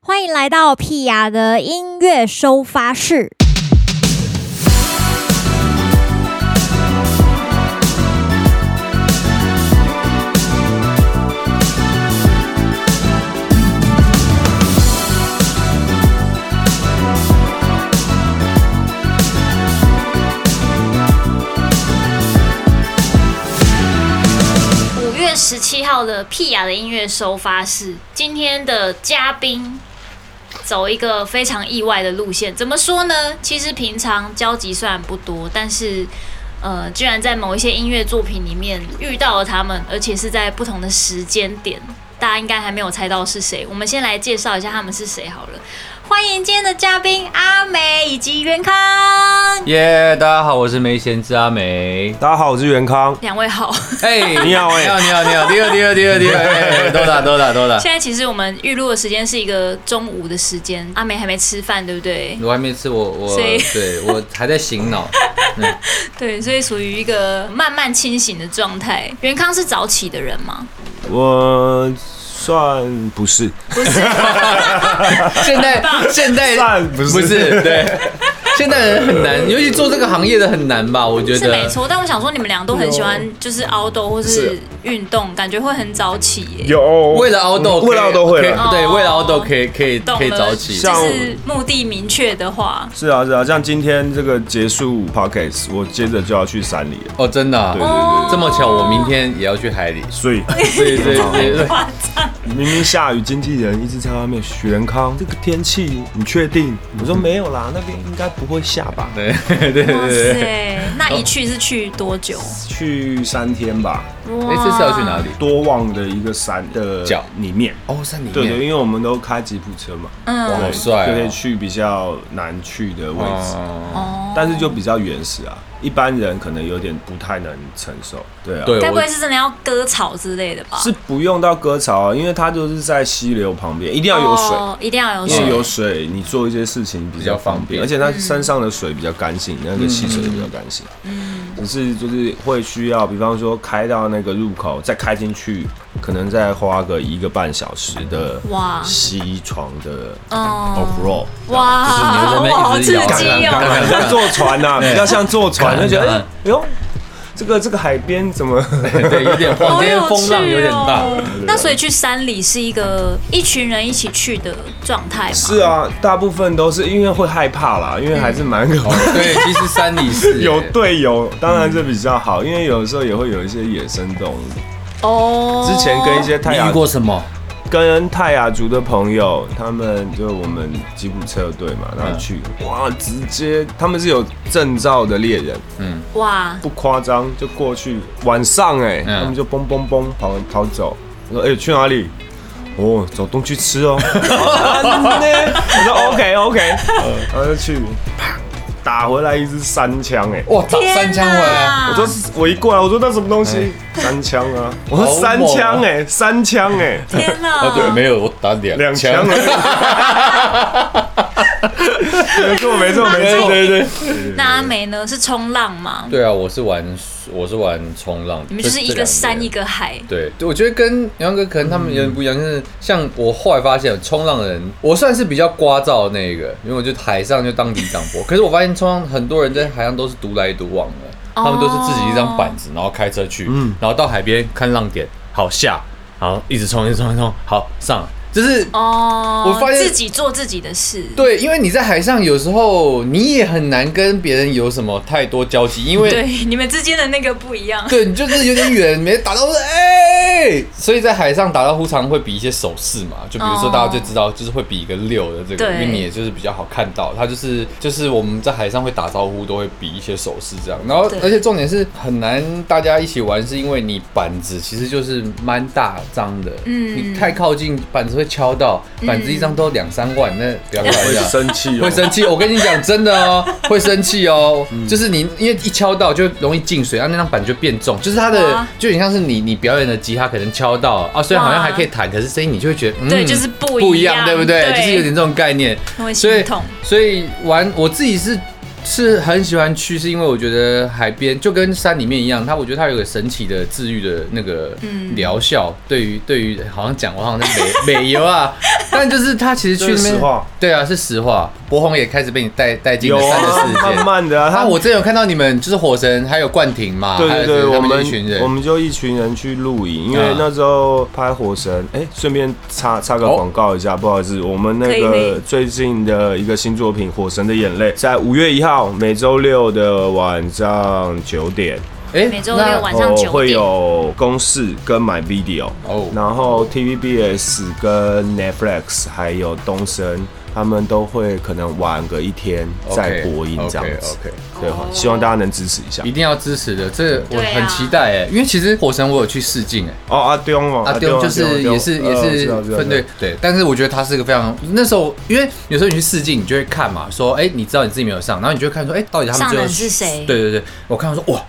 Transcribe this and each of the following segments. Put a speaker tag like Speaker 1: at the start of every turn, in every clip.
Speaker 1: 欢迎来到屁雅的音乐收发室。
Speaker 2: 五月十七号的屁雅的音乐收发室，今天的嘉宾走一个非常意外的路线。怎么说呢？其实平常交集虽然不多，但是呃，居然在某一些音乐作品里面遇到了他们，而且是在不同的时间点。大家应该还没有猜到是谁，我们先来介绍一下他们是谁好了。欢迎今天的嘉宾阿美以及元康，
Speaker 3: 耶大家好，我是梅贤之阿梅。
Speaker 4: 大家好，我是元康。
Speaker 2: 两位好。
Speaker 3: 哎、
Speaker 4: 你好哎
Speaker 3: 你好，你好，你好，第二，第二，第二，第二， 哎多打，多打，多 打。
Speaker 2: 现在其实我们预录的时间是一个中午的时间，阿梅还没吃饭，对不对？
Speaker 3: 我还没吃，我我
Speaker 2: 所以
Speaker 3: 对我还在醒 脑。
Speaker 2: 对，所以属于一个慢慢清醒的状态。元康是早起的人吗？
Speaker 4: 我算不是，
Speaker 2: 不是，
Speaker 3: 现代现代
Speaker 4: 算不是
Speaker 3: 不是对，现代人很难，尤其做这个行业的很难吧？我觉
Speaker 2: 是没
Speaker 3: 得。
Speaker 2: 错。但我想说，你们俩都很喜欢就是熬豆或是运动，感觉会很早起耶。
Speaker 4: 有
Speaker 3: 为了凹豆可以，
Speaker 4: 嗯为了凹豆会
Speaker 3: 可以
Speaker 4: 了
Speaker 3: 对，
Speaker 2: 哦
Speaker 3: 为了凹豆可以可以
Speaker 2: 懂
Speaker 3: 可以
Speaker 2: 了
Speaker 3: 早起。
Speaker 2: 就
Speaker 4: 像
Speaker 2: 是目的明确的话，
Speaker 4: 是啊是啊，像今天这个结束 podcast，我接着就要去山里了，
Speaker 3: 哦，真的、啊
Speaker 4: 对对，对
Speaker 3: 这么巧，我明天也要去海里。
Speaker 4: 所 以
Speaker 3: 所以，所
Speaker 4: 哦
Speaker 3: 以，所以，
Speaker 2: 夸张。
Speaker 4: 明明下雨，经纪人一直在外面，许元康，这个天气你确定？我说没有啦，那边应该不会下吧？
Speaker 3: 对，对，对，
Speaker 2: 哇
Speaker 3: 对。对
Speaker 2: 塞，那一去是去多久？
Speaker 4: 去三天吧，
Speaker 2: 哇
Speaker 3: 哎，这是要去哪里？？
Speaker 4: 多望的一个山的
Speaker 3: 脚
Speaker 4: 里面。
Speaker 3: 哦，山里面。
Speaker 4: 对对，因为我们都开吉普车嘛，
Speaker 3: 哇，好
Speaker 2: 嗯，
Speaker 3: 帅、哦。
Speaker 4: 就可以去比较难去的位置。
Speaker 3: 哦，
Speaker 4: 但是就比较原始啊，一般人可能有点不太能承受。对啊，
Speaker 3: 对，
Speaker 2: 该不
Speaker 3: 我
Speaker 2: 会是真的要割草之类的吧？
Speaker 4: 是不用到割草啊，因为它就是在溪流旁边，一定要有水，
Speaker 2: 哦，一定要有
Speaker 4: 因
Speaker 2: 水
Speaker 4: 为。有水你做一些事情比较方便，
Speaker 3: 比较方便
Speaker 4: 而且它山上的水比较干净，那个溪水也比较干净。嗯，只是就是会需要，比方说开到那个入口，再开进去，可能再花个一个半小时的
Speaker 2: 哇
Speaker 4: 西床 的
Speaker 2: 哦
Speaker 4: off road。
Speaker 2: 哇，
Speaker 3: 就是你在那边一直
Speaker 2: 哇，好刺
Speaker 3: 摇
Speaker 2: 激
Speaker 3: 杠杠杠
Speaker 2: 哦！
Speaker 4: 很像坐船呐、比较像坐船，就觉得哎哎呦，这个这个海边怎么？
Speaker 3: 对，有 点晃，
Speaker 2: 好
Speaker 3: 今天
Speaker 2: 有
Speaker 3: 风浪有点大。
Speaker 2: 趣哦那所以去山里是一个一群人一起去的状态吗？
Speaker 4: 是啊，大部分都是因为会害怕啦，因为还是蛮可怕。
Speaker 3: 哦对，其实山里是
Speaker 4: 有队友当然是比较好，因为有的时候也会有一些野生动物。
Speaker 2: 哦，
Speaker 4: 之前跟一些泰
Speaker 3: 你遇
Speaker 4: 雅
Speaker 3: 过什么？
Speaker 4: 跟泰雅族的朋友，他们就我们吉普车队嘛，然后去哇，直接他们是有证照的猎人，
Speaker 2: 哇，
Speaker 4: 不夸张，就过去晚上哎、
Speaker 3: 嗯
Speaker 4: 他们就蹦蹦蹦跑跑走。我说哎、去哪里？哦，走东区吃哦。真的
Speaker 3: 啊
Speaker 4: 我说 OK OK，然
Speaker 3: 嗯
Speaker 4: 后就去，啪打回来一支三枪哎、
Speaker 3: 哇，打三枪哎回来，
Speaker 2: 哪
Speaker 4: 我说我一过来，我说那什么东西？三枪啊！我说
Speaker 3: 哎好猛啊
Speaker 4: 三枪哎、三枪哎、
Speaker 2: 天哪！
Speaker 3: 没有，我打两
Speaker 4: 两枪啊！ 没错没错没错，
Speaker 3: 对对。
Speaker 2: 那阿梅呢？是冲浪吗？
Speaker 3: 对啊，我是玩，我是玩冲浪。
Speaker 2: 你们就是一个山一
Speaker 3: 个。
Speaker 2: 个海，
Speaker 3: 对，我觉得跟杨哥可能他们有点不一样，就是像我后来发现冲浪的人，我算是比较聒噪的那一个，因为我就海上就当里长播。可是我发现冲浪很多人在海上都是独来独往的，他们都是自己一张板子，然后开车去，然后到海边看浪点，好下，好一直冲一直冲一直冲，好上，就是
Speaker 2: 哦，
Speaker 3: 我发现
Speaker 2: 自己做自己的事，
Speaker 3: 对，因为你在海上有时候你也很难跟别人有什么太多交集，因为
Speaker 2: 对，你们之间的那个不一样。
Speaker 3: 对，你就是有点远，没打到哎、所以在海上打到呼常会比一些手势嘛，就比如说
Speaker 2: 哦
Speaker 3: 大家就知道，就是会比一个六的这个，
Speaker 2: 对
Speaker 3: 因为你也就是比较好看到，它就是就是我们在海上会打招呼都会比一些手势这样，然后
Speaker 2: 对
Speaker 3: 而且重点是很难大家一起玩，是因为你板子其实就是蛮大张的，
Speaker 2: 嗯
Speaker 3: 你太靠近板子会敲到，板子一张都两三万，那不要开玩
Speaker 4: 会
Speaker 3: 笑。
Speaker 4: 生气哦
Speaker 3: 会。生气，我跟你讲，真的哦，会生气哦。就是你因为一敲到就容易进水，啊，那张板就变重，就是它的
Speaker 2: 哇
Speaker 3: 就很像是你你表演的吉他可能敲到啊，虽然好像
Speaker 2: 哇
Speaker 3: 还可以弹，可是声音你就会觉得，嗯
Speaker 2: 对就是不一样
Speaker 3: 不一样，对不对？
Speaker 2: 对
Speaker 3: 就是有点这种概念
Speaker 2: 我会，心
Speaker 3: 所以
Speaker 2: 痛
Speaker 3: 所以玩我自己是。是很喜欢去，是因为我觉得海边就跟山里面一样，它我觉得它有个神奇的
Speaker 2: 嗯
Speaker 3: 治愈的那个疗效，对于对于好像讲我好像在美 美游啊，但就是他其实去
Speaker 4: 这
Speaker 3: 那
Speaker 4: 是
Speaker 3: 边
Speaker 4: 实话，
Speaker 3: 对啊，是实话。博宏也开始被你带带进
Speaker 4: 有
Speaker 3: 了三的
Speaker 4: 啊
Speaker 3: 世，界。
Speaker 4: 慢慢的啊，
Speaker 3: 啊，
Speaker 4: 他
Speaker 3: 我之前有看到你们就是火神，还有冠廷嘛，
Speaker 4: 对对对，
Speaker 3: 啊还有
Speaker 4: 我
Speaker 3: 他
Speaker 4: 们
Speaker 3: 一群人
Speaker 4: 我，们就一群人去露营，因为
Speaker 3: 嗯
Speaker 4: 那时候拍《火神》，哎，顺便插插个
Speaker 3: 哦
Speaker 4: 广告一下，不好意思，我们
Speaker 2: 可
Speaker 4: 那
Speaker 2: 以可
Speaker 4: 个
Speaker 2: 以
Speaker 4: 最近的一个新作品《火神的眼泪》在五月一号，每周六的晚上九点，
Speaker 3: 哎
Speaker 2: 每周六晚上9
Speaker 4: 哦
Speaker 2: 点
Speaker 4: 会有公式跟 My Video，
Speaker 3: 哦
Speaker 4: 然后 TVBS 跟 Netflix 还有东森。他们都会可能玩个一天再播音这样子
Speaker 3: OK，
Speaker 4: 对，希望大家能支持一下
Speaker 3: 一。定要支持的，这我
Speaker 2: 对啊
Speaker 3: 很期待哎，因为其实火神我有去试镜哎。
Speaker 4: 哦，阿丢哦，
Speaker 3: 阿丢啊就
Speaker 4: 阿
Speaker 3: 是
Speaker 4: 丢
Speaker 3: 也是
Speaker 4: 呃
Speaker 3: 也
Speaker 4: 知
Speaker 3: 是
Speaker 4: 道知道
Speaker 3: 分
Speaker 4: 知道
Speaker 3: 队对，但是我觉得他是个非常那时候，因为有时候你去试镜，你就会看嘛，说哎，你知道你自己没有上，然后你就会看说哎，到底他们
Speaker 2: 上
Speaker 3: 最后
Speaker 2: 的是谁
Speaker 3: 对对对，我看到说哇，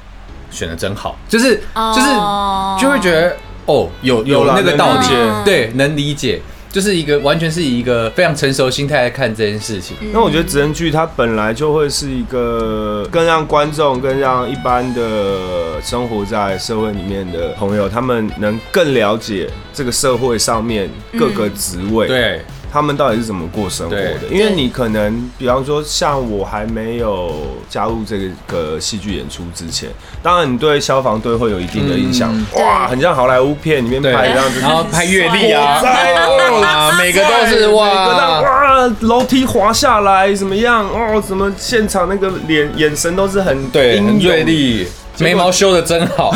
Speaker 3: 选的真好，就是就是
Speaker 2: 哦
Speaker 3: 就会觉得哦，有有
Speaker 4: 有啦
Speaker 3: 那个
Speaker 4: 能
Speaker 3: 道
Speaker 4: 理
Speaker 3: 理
Speaker 4: 解，
Speaker 3: 对，能理解，就是一个完全是以一个非常成熟心态来看这件事情。
Speaker 4: 那我觉得职人剧它本来就会是一个更让观众、更让一般的生活在社会里面的朋友，他们能更了解这个社会上面各个职位，
Speaker 3: 对，
Speaker 4: 他们到底是怎么过生活的。
Speaker 3: 对
Speaker 4: 因为你可能，比方说像我还没有加入这个戏剧演出之前，当然你对消防队会有一定的印象，
Speaker 3: 嗯
Speaker 4: 哇，
Speaker 2: 对
Speaker 4: 很像好莱坞片里面
Speaker 3: 对，
Speaker 4: 拍的样子，
Speaker 3: 然后拍阅历 啊，
Speaker 4: 很帅
Speaker 3: 啊，每个都是
Speaker 4: 每个
Speaker 3: 哇
Speaker 4: 都，哇，楼梯滑下来怎么样？哦，怎么现场那个脸眼神都是很
Speaker 3: 对，
Speaker 4: 英
Speaker 3: 很
Speaker 4: 勇
Speaker 3: 锐。利，
Speaker 4: 果
Speaker 3: 眉毛修的真好，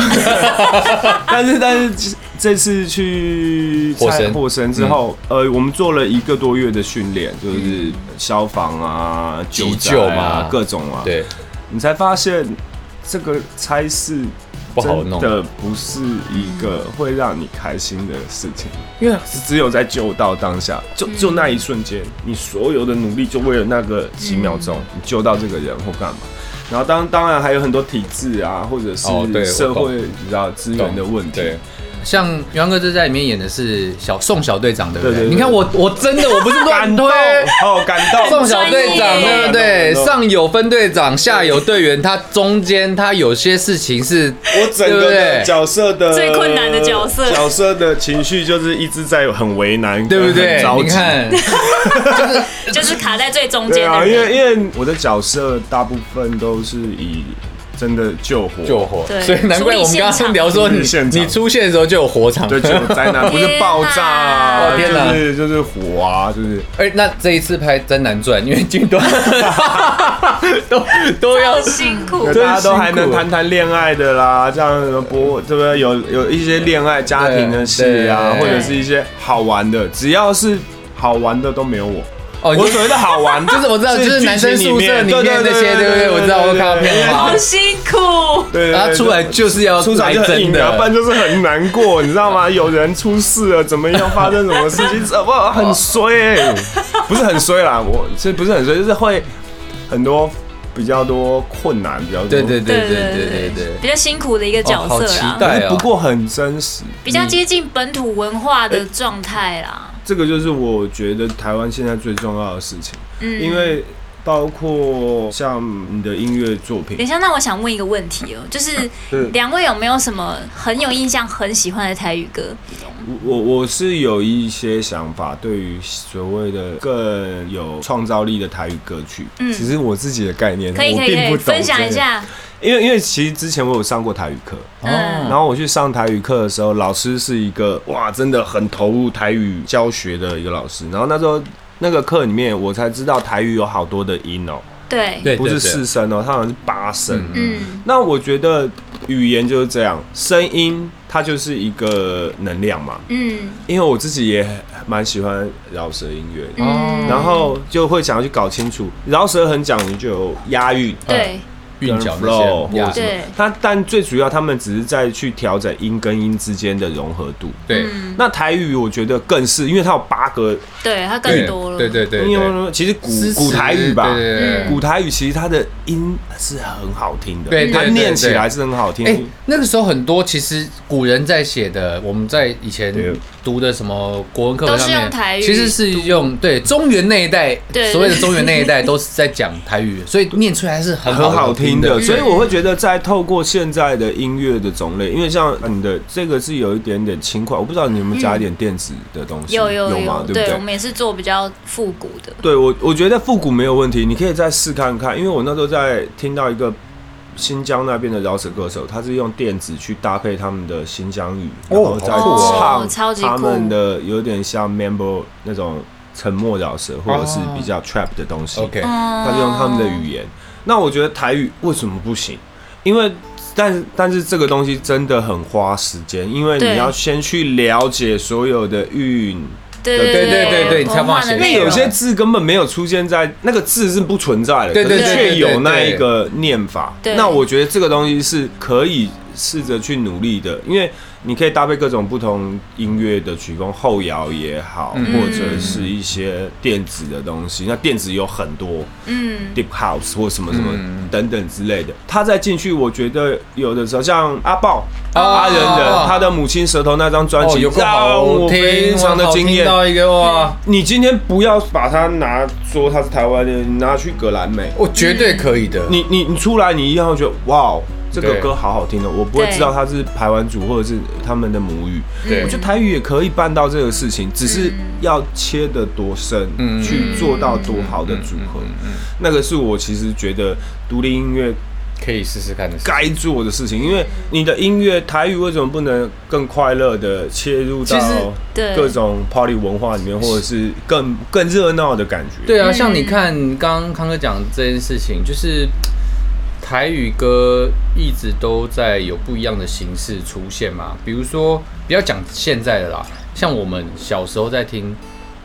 Speaker 4: 但是但是这次去
Speaker 3: 火神嗯
Speaker 4: 参火神之后，呃，我们做了一个多月的训练，就是消防啊、
Speaker 3: 急
Speaker 4: 灾
Speaker 3: 救
Speaker 4: 啊
Speaker 3: 嘛、
Speaker 4: 各种啊，，
Speaker 3: 对，
Speaker 4: 你才发现这个差事。
Speaker 3: 不好弄
Speaker 4: 真的不是一个会让你开心的事情，因为只有在救到当下，就就那一
Speaker 2: 嗯
Speaker 4: 瞬间，你所有的努力就为了那个几秒钟，
Speaker 2: 嗯
Speaker 4: 你救到这个人或干嘛。然后当当然还有很多体制啊，或者
Speaker 3: 哦对
Speaker 4: 是
Speaker 3: 我
Speaker 4: 社
Speaker 3: 懂
Speaker 4: 会你知道资源的问题。
Speaker 3: 对。像杨哥就在里面演的是小宋小队长，对不
Speaker 4: 对对
Speaker 3: 对？
Speaker 4: 对
Speaker 3: 你看我，我真的我不是乱
Speaker 4: 感
Speaker 3: 推
Speaker 4: 动，哦，感动
Speaker 3: 宋，小队长，
Speaker 2: 很专业
Speaker 3: 对不
Speaker 4: 很
Speaker 3: 对？
Speaker 4: 懂
Speaker 3: 上有分队长，下有队员，他中间他有些事情 是，
Speaker 4: 我整
Speaker 3: 对
Speaker 4: 个
Speaker 3: 不对
Speaker 4: 的角色的
Speaker 2: 最困难的角色
Speaker 4: 角色的情绪就是一直在很为难，
Speaker 3: 对不对
Speaker 4: 很着？急
Speaker 3: 你看，
Speaker 2: 就是卡在最中
Speaker 4: 对
Speaker 2: 间
Speaker 4: 啊，
Speaker 2: 的
Speaker 4: 因
Speaker 2: 人。
Speaker 4: 为因为我的角色大部分都是以真的救火、
Speaker 3: 救火，
Speaker 2: 对
Speaker 3: 所以难怪我们刚刚聊说
Speaker 4: 处
Speaker 3: 你
Speaker 4: 理现场
Speaker 3: 你出现的时候就有火场。
Speaker 4: 对救灾难，不是爆炸啊，
Speaker 3: 哦天哪
Speaker 4: 就是就是火啊，就是
Speaker 3: 哎，那这一次拍《真难传》，因为京东 都都要
Speaker 2: 好辛苦，
Speaker 3: 真
Speaker 4: 大家都还
Speaker 3: 辛苦
Speaker 4: 能谈谈恋爱的啦，这样什么播对不对？有有一些恋爱家庭的戏啊，
Speaker 3: 对
Speaker 4: 或
Speaker 3: 对
Speaker 4: 者是一些好玩的，只要是好玩的都没有我。
Speaker 3: 哦，
Speaker 4: 我所谓的好玩，
Speaker 3: 就是我知道，就是男生宿舍里面那些，对不对？我知道，我看到片花
Speaker 2: 好，辛苦。
Speaker 4: 对，
Speaker 3: 然后出来就是要
Speaker 4: 出场
Speaker 3: 来
Speaker 4: 就很
Speaker 3: 真
Speaker 4: 硬的，不然
Speaker 3: 的，
Speaker 4: 就是很难过，你 知道吗？有人出事了，怎么样？发生什么事情？怎么很衰、欸？不是很衰啦，我其实不是很衰，就是会很多比较多困难，比较多。
Speaker 3: 对对对对对对对
Speaker 2: 比较辛苦的一个角
Speaker 3: 哦好
Speaker 2: 色
Speaker 3: 期
Speaker 2: 啦，
Speaker 3: 待
Speaker 4: 但是不过很真实，
Speaker 2: 比较接近本土文化的状态啦。
Speaker 4: 这个就是我觉得台湾现在最重要的事情，
Speaker 2: 嗯
Speaker 4: 因为包括像你的音乐作
Speaker 2: 等
Speaker 4: 品
Speaker 2: 一，下，那我想问一个问题哦，就是
Speaker 4: 是
Speaker 2: 两位有没有什么很有印象、很喜欢的台语歌？
Speaker 4: 我我是有一些想法，对于所谓的更有创造力的台语歌曲，
Speaker 2: 嗯
Speaker 4: 其实我自己的概念，
Speaker 2: 可以，
Speaker 4: 我
Speaker 2: 可以，可
Speaker 4: 并
Speaker 2: 以
Speaker 4: 不懂
Speaker 2: 分享一下。
Speaker 4: 这个，因为因为其实之前我有上过台语课，
Speaker 3: 哦
Speaker 4: 然
Speaker 2: 嗯，
Speaker 4: 后我去上台语课的时候，老师是一个哇，真的很投入台语教学的一个老师，然后那时候。那个课里面，我才知道台语有好多的音哦、
Speaker 2: 对，
Speaker 3: 对，
Speaker 4: 不是四声哦、它好像是八声。
Speaker 2: 嗯，
Speaker 4: 那我觉得语言就是这样，声音它就是一个能量嘛。
Speaker 2: 嗯，
Speaker 4: 因为我自己也蛮喜欢饶舌音乐的，
Speaker 3: 哦
Speaker 4: 然后就会想要去搞清楚饶舌很讲究有押韵。
Speaker 2: 对，
Speaker 3: 韵脚那
Speaker 4: flow
Speaker 3: 些
Speaker 4: 或
Speaker 3: 呀
Speaker 4: 啊者什么
Speaker 2: 对，
Speaker 4: 它但最主要他们只是在去调整音跟音之间的融合度。
Speaker 3: 对
Speaker 2: 嗯，
Speaker 4: 那台语我觉得更是，因为它有八个，
Speaker 2: 对，它
Speaker 3: 对
Speaker 2: 更多了。嗯
Speaker 3: 对对对
Speaker 4: 因
Speaker 3: 对，
Speaker 4: 为其实古
Speaker 3: 诗词
Speaker 4: 古台语吧，
Speaker 3: 对对对
Speaker 4: 古台语其实它的音是很好听的，
Speaker 3: 对对
Speaker 4: 它
Speaker 3: 对
Speaker 4: 念起
Speaker 3: 对哎
Speaker 4: 来是很好听。
Speaker 3: 哎、那个时候很多其实古人在写的，我们在以前
Speaker 4: 对
Speaker 3: 读的什么国文课本上面，
Speaker 2: 都是用台语
Speaker 3: 其实是用对中原那一代，
Speaker 2: 对
Speaker 3: 所谓的中原那一 代都是在讲台语，所以念出来是很
Speaker 4: 很好
Speaker 3: 听
Speaker 2: 嗯
Speaker 4: 听的，所以
Speaker 3: 对
Speaker 4: 我会觉得在透过现在的音乐的种类，因为像你的这个是有一点点轻快，我不知道你有没有加一点电子的东西，
Speaker 2: 有有
Speaker 4: 吗？对不
Speaker 2: 对，我们也是做比较复古的。
Speaker 4: 对我，我觉得复古没有问题，你可以再试看看。因为我那时候在听到一个新疆那边的饶舌歌手，他是用电子去搭配他们的新疆语，然后
Speaker 3: 哦
Speaker 4: 再
Speaker 2: 好酷哦
Speaker 4: 唱
Speaker 2: 超级酷
Speaker 4: 他们的有点像 Mambo 那种沉默饶舌，或者是
Speaker 2: 啊
Speaker 4: 比较 trap 的东西。
Speaker 3: OK，
Speaker 2: 嗯
Speaker 4: 他就用他们的语言。那我觉得台语为什么不行？因为但但是这个东西真的很花时间，因为
Speaker 2: 对
Speaker 4: 你要先去了解所有的韵。
Speaker 2: 对
Speaker 4: 对
Speaker 2: 对
Speaker 3: 对对对你才
Speaker 2: 文化
Speaker 3: 发现
Speaker 2: 的
Speaker 4: 因为
Speaker 2: 内容
Speaker 4: 有些字根本没有出现在那个字是不存在的，
Speaker 3: 对对
Speaker 4: 可是
Speaker 2: 对
Speaker 4: 却
Speaker 3: 对
Speaker 4: 有那一个念法。
Speaker 2: 对
Speaker 4: 那我觉得这个东西是可以试着去努力的，因为你可以搭配各种不同音乐的曲风，后摇也好，
Speaker 3: 嗯
Speaker 4: 或者是一些电子的东西。那电子有很多，
Speaker 2: 嗯
Speaker 4: deep house 或什么什么
Speaker 3: 嗯
Speaker 4: 等等之类的。他再进去，我觉得有的时候像阿豹、
Speaker 3: 哦
Speaker 4: 阿仁仁，他的母亲舌头那张专
Speaker 3: 哦，
Speaker 4: 辑
Speaker 3: 有个
Speaker 4: 让
Speaker 3: 好
Speaker 4: 我非
Speaker 3: 听，
Speaker 4: 常的
Speaker 3: 好
Speaker 4: 惊
Speaker 3: 听
Speaker 4: 艳。
Speaker 3: 到一个哇，
Speaker 4: 你今天不要把它拿说它是台湾的，你拿去格兰美，
Speaker 3: 我
Speaker 2: 嗯
Speaker 3: 绝对可以的。
Speaker 4: 你你你出来，你一样会觉得哇，这个
Speaker 3: 对
Speaker 4: 歌好好听的。哦我不会
Speaker 2: 对
Speaker 4: 知道它是台湾族或者是他们的母语。
Speaker 3: 对
Speaker 4: 我觉得台语也可以办到这个事情，只是要切得多深，
Speaker 3: 嗯
Speaker 4: 去做到多好的组合。那个是我其实觉得独立音乐
Speaker 3: 可以试试看的事。
Speaker 4: 该做的事情，因为你的音乐台语为什么不能更快乐的切入到
Speaker 3: 其实
Speaker 2: 对
Speaker 4: 各种 party 文化里面，或者是更更热闹的感觉？
Speaker 3: 对啊，像你看刚刚康哥讲这件事情，就是台语歌一直都在有不一样的形式出现嘛。比如说，不要讲现在的啦，像我们小时候在听，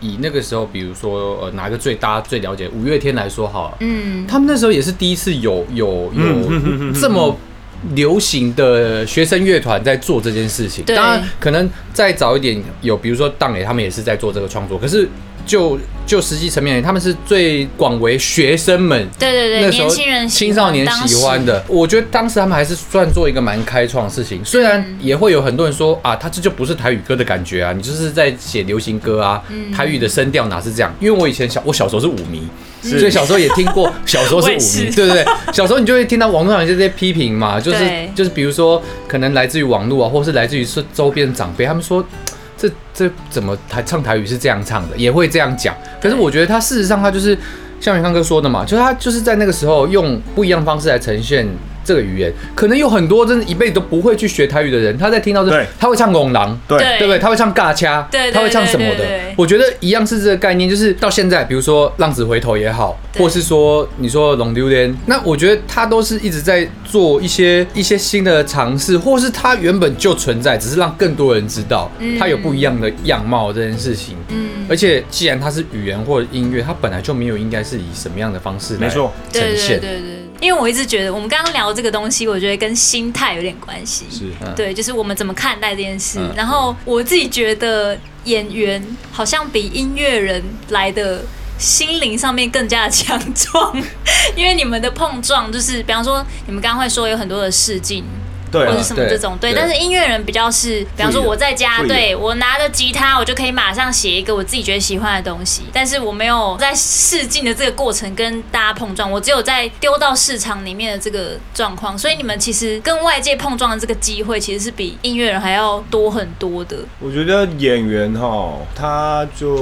Speaker 3: 以那个时候，比如说呃哪个最大家最了解五月天来说好了，
Speaker 2: 嗯，
Speaker 3: 他们那时候也是第一次有有
Speaker 4: 嗯
Speaker 3: 有这么流行的学生乐团在做这件事情。
Speaker 2: 对
Speaker 3: 当然，可能再早一点有，比如说荡磊他们也是在做这个创作。可是就就实际层面，他们是最广为学生们
Speaker 2: 对对对，
Speaker 3: 那时候
Speaker 2: 年轻人喜欢
Speaker 3: 青少年喜欢，的，我觉得当时他们还是算做一个蛮开创的事
Speaker 2: 嗯
Speaker 3: 情。虽然也会有很多人说啊，他这就不是台语歌的感觉啊，你就是在写流行歌啊，
Speaker 2: 嗯
Speaker 3: 台语的声调哪是这样？因为我以前小我小时候是舞迷。所以小时候也听 过，小时候是
Speaker 2: 我也
Speaker 3: 舞
Speaker 2: 是
Speaker 3: 迷，对对对，小时候你就会听到网络上有一些批评嘛，就是
Speaker 2: 对
Speaker 3: 就是比如说可能来自于网络啊，或是来自于是周边的长辈，他们说这这怎么台唱台语是这样唱的，也会这样讲。可是我觉得他事实上他就是像元康哥说的嘛，就是他就是在那个时候用不一样的方式来呈现这个语言。可能有很多真的一辈子都不会去学台语的人，他在听到
Speaker 4: 对
Speaker 3: 这，他会唱拱狼，
Speaker 4: 对
Speaker 2: 对
Speaker 3: 对不对？他会唱尬掐，
Speaker 2: 对对
Speaker 3: 他会唱什么
Speaker 2: 对
Speaker 3: 的
Speaker 2: 对对对？
Speaker 3: 我觉得一样是这个概念，就是到现在，比如说浪子回头也好，
Speaker 2: 对
Speaker 3: 或是说你说龙榴莲，那我觉得他都是一直在做一些一些新的尝试，或是他原本就存在，只是让更多人知道
Speaker 2: 嗯
Speaker 3: 他有不一样的样貌这件事情。
Speaker 2: 嗯，
Speaker 3: 而且既然它是语言或者音乐，它本来就没有应该是以什么样的方式来
Speaker 4: 没错
Speaker 2: 对
Speaker 3: 呈
Speaker 2: 对对
Speaker 3: 现。
Speaker 2: 对对，因为我一直觉得我们刚刚聊这个东西，我觉得跟心态有点关系，
Speaker 4: 是
Speaker 2: 对，就是我们怎么看待这件事。
Speaker 3: 啊嗯
Speaker 2: 然后我自己觉得演员好像比音乐人来的心灵上面更加的强壮， 因为你们的碰撞就是，比方说你们刚刚会说有很多的试镜。
Speaker 4: 对
Speaker 2: 或
Speaker 4: 啊
Speaker 2: 者，什么这种，对，
Speaker 3: 对
Speaker 2: 但是音乐人比较是，比方说我在家，
Speaker 4: 会的
Speaker 2: 对我拿着吉他，我就可以马上写一个我自己觉得喜欢的东西，但是我没有在试镜的这个过程跟大家碰撞，我只有在丢到市场里面的这个状况，所以你们其实跟外界碰撞的这个机会，其实是比音乐人还要多很多的，
Speaker 4: 我觉得演员哈，他就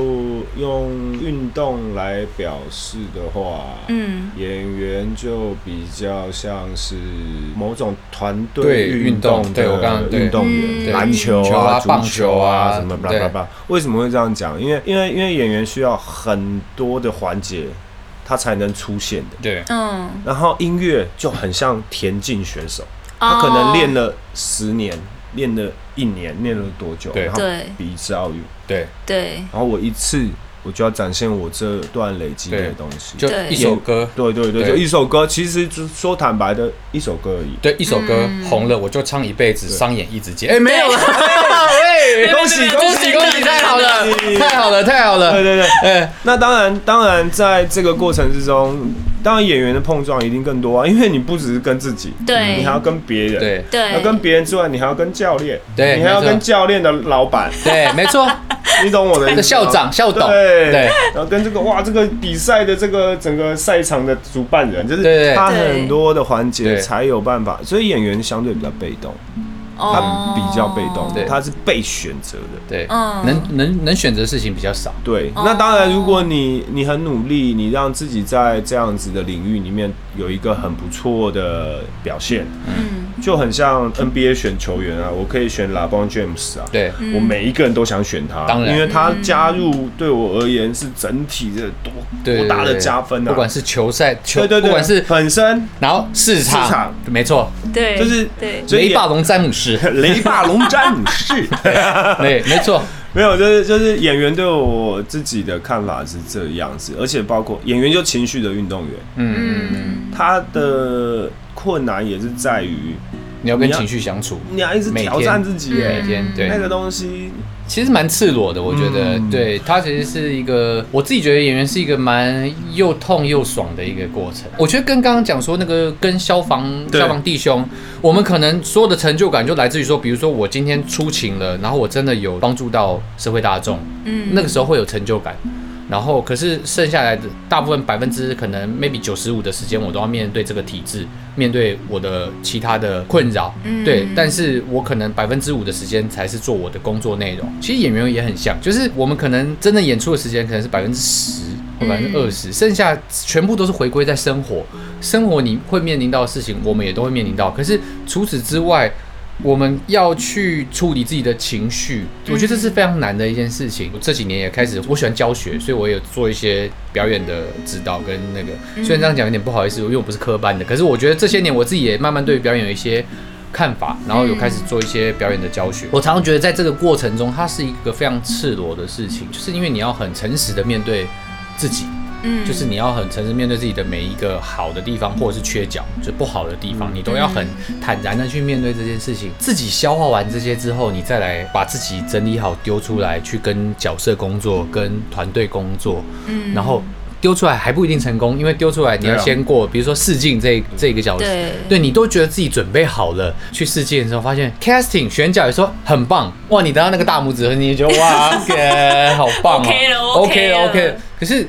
Speaker 4: 用运动来表示的话，
Speaker 2: 嗯，
Speaker 4: 演员就比较像是某种团
Speaker 3: 对
Speaker 4: 队
Speaker 3: 运动
Speaker 4: 动
Speaker 3: 对我刚
Speaker 4: 的
Speaker 3: 刚对
Speaker 4: 运动
Speaker 2: 嗯
Speaker 4: 员，
Speaker 2: 对
Speaker 4: 篮球
Speaker 3: 球
Speaker 4: 啊、
Speaker 3: 啊
Speaker 4: 足
Speaker 3: 棒
Speaker 4: 球
Speaker 3: 球啊
Speaker 4: 啊什么巴
Speaker 3: 对
Speaker 4: 拉巴拉。为什么会这样讲？因为因为因为演员需要很多的环节，他才能出现的。
Speaker 3: 对，
Speaker 2: 嗯，
Speaker 4: 然后音乐就很像田径选手，
Speaker 2: 哦
Speaker 4: 他可能练了十年，练了一年，练了多久，
Speaker 3: 对
Speaker 4: 然后
Speaker 2: 对
Speaker 4: 比之奥运。
Speaker 3: 对，
Speaker 2: 对，
Speaker 4: 然后我一次我就要展现我这段累积的
Speaker 3: 对
Speaker 4: 东西。
Speaker 3: 就
Speaker 2: 对
Speaker 3: 一首歌，
Speaker 4: 对对对，
Speaker 3: 对
Speaker 4: 就一首歌，其实就说坦白的，一首歌而已。
Speaker 3: 对，一首歌
Speaker 2: 嗯
Speaker 3: 红了，我就唱一辈子，
Speaker 4: 对
Speaker 3: 商演一直接。哎，没有了，哎，
Speaker 4: 恭喜恭
Speaker 3: 喜恭喜，太好了，太好了，太好
Speaker 4: 对
Speaker 3: 了。
Speaker 4: 对对，
Speaker 3: 哎，
Speaker 4: 那当然，当然，在这个过程之中，当然演员的碰撞一定更多啊，因为你不只是跟自己，
Speaker 2: 对
Speaker 4: 你还要跟别人，
Speaker 3: 对
Speaker 4: 那
Speaker 2: 对，
Speaker 4: 跟别人之外，你还要跟教练，
Speaker 3: 对
Speaker 4: 你还要
Speaker 3: 没错
Speaker 4: 跟教练的老 板，
Speaker 3: 对，没错，
Speaker 4: 你懂我的意思
Speaker 3: 这
Speaker 4: 吗？
Speaker 3: 校长、校董，
Speaker 4: 对
Speaker 3: 对，
Speaker 4: 然后跟这个哇，这个比赛的这个整个赛场的主办人，就
Speaker 3: 对对
Speaker 4: 是他很多的环节
Speaker 3: 对
Speaker 4: 才有办法，所以演员相对比较被动，他
Speaker 2: 哦
Speaker 4: 比较被动
Speaker 3: 对，
Speaker 4: 他是被选择的。
Speaker 3: 对，
Speaker 2: 嗯
Speaker 3: 能能能选择事情比较少，
Speaker 4: 对，
Speaker 2: 哦
Speaker 4: 那当然，如果你你很努力，你让自己在这样子的领域里面有一个很不错的表现，
Speaker 2: 嗯，
Speaker 4: 就很像 NBA 选球员啊，我可以选 LeBron James 啊，
Speaker 3: 对，
Speaker 2: 嗯
Speaker 4: 我每一个人都想选他，
Speaker 3: 当然
Speaker 4: 因为他加入对我而言是整体的多
Speaker 3: 对，
Speaker 4: 多大
Speaker 3: 对
Speaker 4: 的
Speaker 3: 对
Speaker 4: 加分啊！
Speaker 3: 不管是球赛球，
Speaker 4: 对对对，
Speaker 3: 不管是
Speaker 4: 本身
Speaker 3: 然后市场，
Speaker 4: 市场
Speaker 3: 没错，
Speaker 2: 对，
Speaker 4: 就是
Speaker 2: 嗯对，
Speaker 4: 所以
Speaker 3: 雷霸龙詹姆 斯，
Speaker 4: 雷霸龙战 士，
Speaker 3: 对，没错，
Speaker 4: 没有，就是就是演员对我自己的看法是这样子，而且包括演员就情绪的运动员，
Speaker 3: 嗯，
Speaker 2: 嗯，
Speaker 4: 他的困难也是在于
Speaker 3: 你要跟
Speaker 4: 你要
Speaker 3: 情绪相处，
Speaker 2: 嗯
Speaker 4: 你要一直
Speaker 3: 每
Speaker 4: 挑
Speaker 3: 天
Speaker 4: 战自己，
Speaker 3: 每
Speaker 4: 耶，
Speaker 3: 天嗯对
Speaker 4: 那个东西，
Speaker 3: 其实蛮赤裸的，我觉得，
Speaker 4: 嗯
Speaker 3: 对他其实是一个，我自己觉得演员是一个蛮又痛又爽的一个过程。我觉得跟刚刚讲说那个跟消防
Speaker 4: 对
Speaker 3: 消防弟兄，我们可能所有的成就感就来自于说，比如说我今天出勤了，然后我真的有帮助到社会大众，
Speaker 2: 嗯
Speaker 3: 那个时候会有成就感。然后，可是剩下来的大部分百分之可能 maybe 九十五的时间，我都要面对这个体制，面对我的其他的困扰，
Speaker 2: 嗯
Speaker 3: 对。但是我可能百分之五的时间才是做我的工作内容。其实演员也很像，就是我们可能真的演出的时间可能是百分之十
Speaker 2: 嗯
Speaker 3: 或百分之二十，剩下全部都是回归在生活。生活你会面临到的事情，我们也都会面临到。可是除此之外，我们要去处理自己的情绪，我觉得这是非常难的一件事情。我这几年也开始，我喜欢教学，所以我也有做一些表演的指导跟那个。虽然这样讲有点不好意思，因为我不是科班的，可是我觉得这些年我自己也慢慢对表演有一些看法，然后有开始做一些表演的教学。我常常觉得在这个过程中，它是一个非常赤裸的事情，就是因为你要很诚实的面对自己。
Speaker 2: 嗯
Speaker 3: 就是你要很诚实面对自己的每一个好的地方，或者是缺角，就不好的地方，你都要很坦然的去面对这件事情。自己消化完这些之后，你再来把自己整理好丢出来，去跟角色工作、跟团队工作，
Speaker 2: 嗯
Speaker 3: 然后丢出来还不一定成功，因为丢出来你要
Speaker 4: 对啊
Speaker 3: 先过，比如说试镜这这个角色，
Speaker 2: 对
Speaker 3: 对你都觉得自己准备好了，去试镜的时候发现 casting 选角也说很棒，哇，你得到那个大拇指，你也觉得哇，哥好棒哦
Speaker 2: OK 了
Speaker 3: OK 了
Speaker 2: OK 了
Speaker 3: OK，可是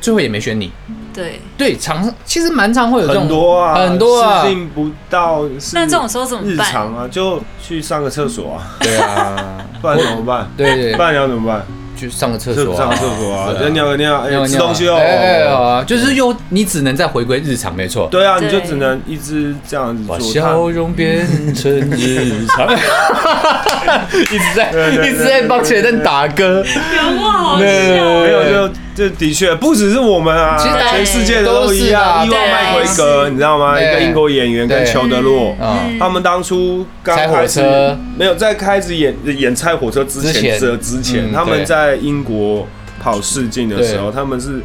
Speaker 3: 最后也没选你。
Speaker 2: 对，
Speaker 3: 对，常其实蛮常会有这种
Speaker 4: 很多啊，
Speaker 3: 很多啊
Speaker 4: 适，应不到，
Speaker 2: 那这种时候怎么
Speaker 4: 日
Speaker 2: 办
Speaker 4: 常啊，就去上个 厕所啊，
Speaker 3: 对啊，
Speaker 4: 不然怎么办？
Speaker 3: 对对
Speaker 4: 不然你要怎么办？
Speaker 3: 去上个厕
Speaker 4: 就
Speaker 3: 所、
Speaker 4: 上
Speaker 3: 啊
Speaker 4: 个，厕所啊，
Speaker 3: 对啊
Speaker 4: 要尿个尿，
Speaker 3: 尿
Speaker 4: 哎，
Speaker 3: 个
Speaker 4: 吃
Speaker 3: 尿
Speaker 4: 东西哦。
Speaker 3: 哎哎哎啊，就是又你只能再回归日常，没错。
Speaker 4: 对啊，
Speaker 2: 对
Speaker 4: 你就只能一直这样子
Speaker 3: 把
Speaker 4: 做。
Speaker 3: 笑容变成日常，一直在
Speaker 4: 对对对
Speaker 3: 一直在帮前任打歌，
Speaker 2: 有哇，好
Speaker 3: 对
Speaker 2: 笑，
Speaker 4: 没有，就这的确不只是我们啊，
Speaker 3: 其实大家
Speaker 4: 全世界的都一样。伊
Speaker 3: 都
Speaker 2: 是啊
Speaker 4: 万麦奎格，
Speaker 2: 对
Speaker 4: 你知道吗？一
Speaker 3: 对
Speaker 4: 个英国演员跟
Speaker 3: 对
Speaker 4: 裘德洛，
Speaker 3: 啊，
Speaker 2: 嗯
Speaker 4: 他们当初刚
Speaker 3: 拆火
Speaker 4: 开始
Speaker 3: 车
Speaker 4: 没有在开始演演拆火车之
Speaker 3: 之
Speaker 4: 前
Speaker 3: 前
Speaker 4: 这之前，
Speaker 3: 嗯
Speaker 4: 他
Speaker 3: 对
Speaker 4: 们在英国跑试镜的时候，
Speaker 3: 对
Speaker 4: 他们是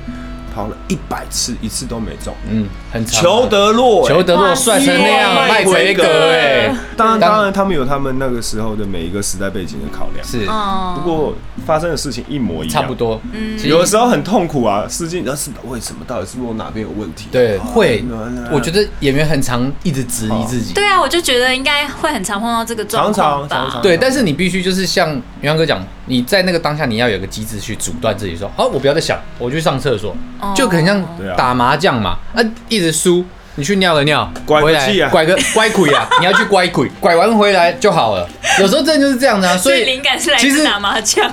Speaker 4: 跑了一百次，一次都没中。
Speaker 3: 嗯，很长
Speaker 4: 裘德洛，哎
Speaker 3: 裘德洛帅成那样，
Speaker 2: 哇
Speaker 3: 麦奎格哎
Speaker 2: 真，
Speaker 4: 当
Speaker 3: 当
Speaker 4: 然，当然，他们有他们那个时候的每一个时代背景的考量。
Speaker 3: 是
Speaker 2: 嗯
Speaker 4: 不过发生的事情一模一样，
Speaker 3: 差不。多，其实
Speaker 4: 有的时候很痛苦啊，试镜，那是为什么？到底是我哪边有问题？
Speaker 3: 对
Speaker 4: 啊
Speaker 3: 会
Speaker 4: 那那，
Speaker 3: 我觉得演员很常一直质疑自己，
Speaker 2: 对啊，我就觉得应该会很常碰到这个状况吧。
Speaker 4: 常常常常
Speaker 3: 对，但是你必须就是像元哥讲，你在那个当下你要有个机制去阻断自己说，哦，我不要再想，我去上厕所，
Speaker 2: 哦
Speaker 3: 就很像
Speaker 4: 对啊
Speaker 3: 打麻将嘛，啊，一直输，你去尿个尿，
Speaker 4: 拐个
Speaker 3: 回来
Speaker 4: 气啊
Speaker 3: 拐个拐鬼 啊，你要去拐鬼，拐完回来就好了。有时候真的就是这样的啊，所
Speaker 2: 所以
Speaker 3: 以
Speaker 2: 灵感是来
Speaker 3: 其实
Speaker 2: 自打麻 将，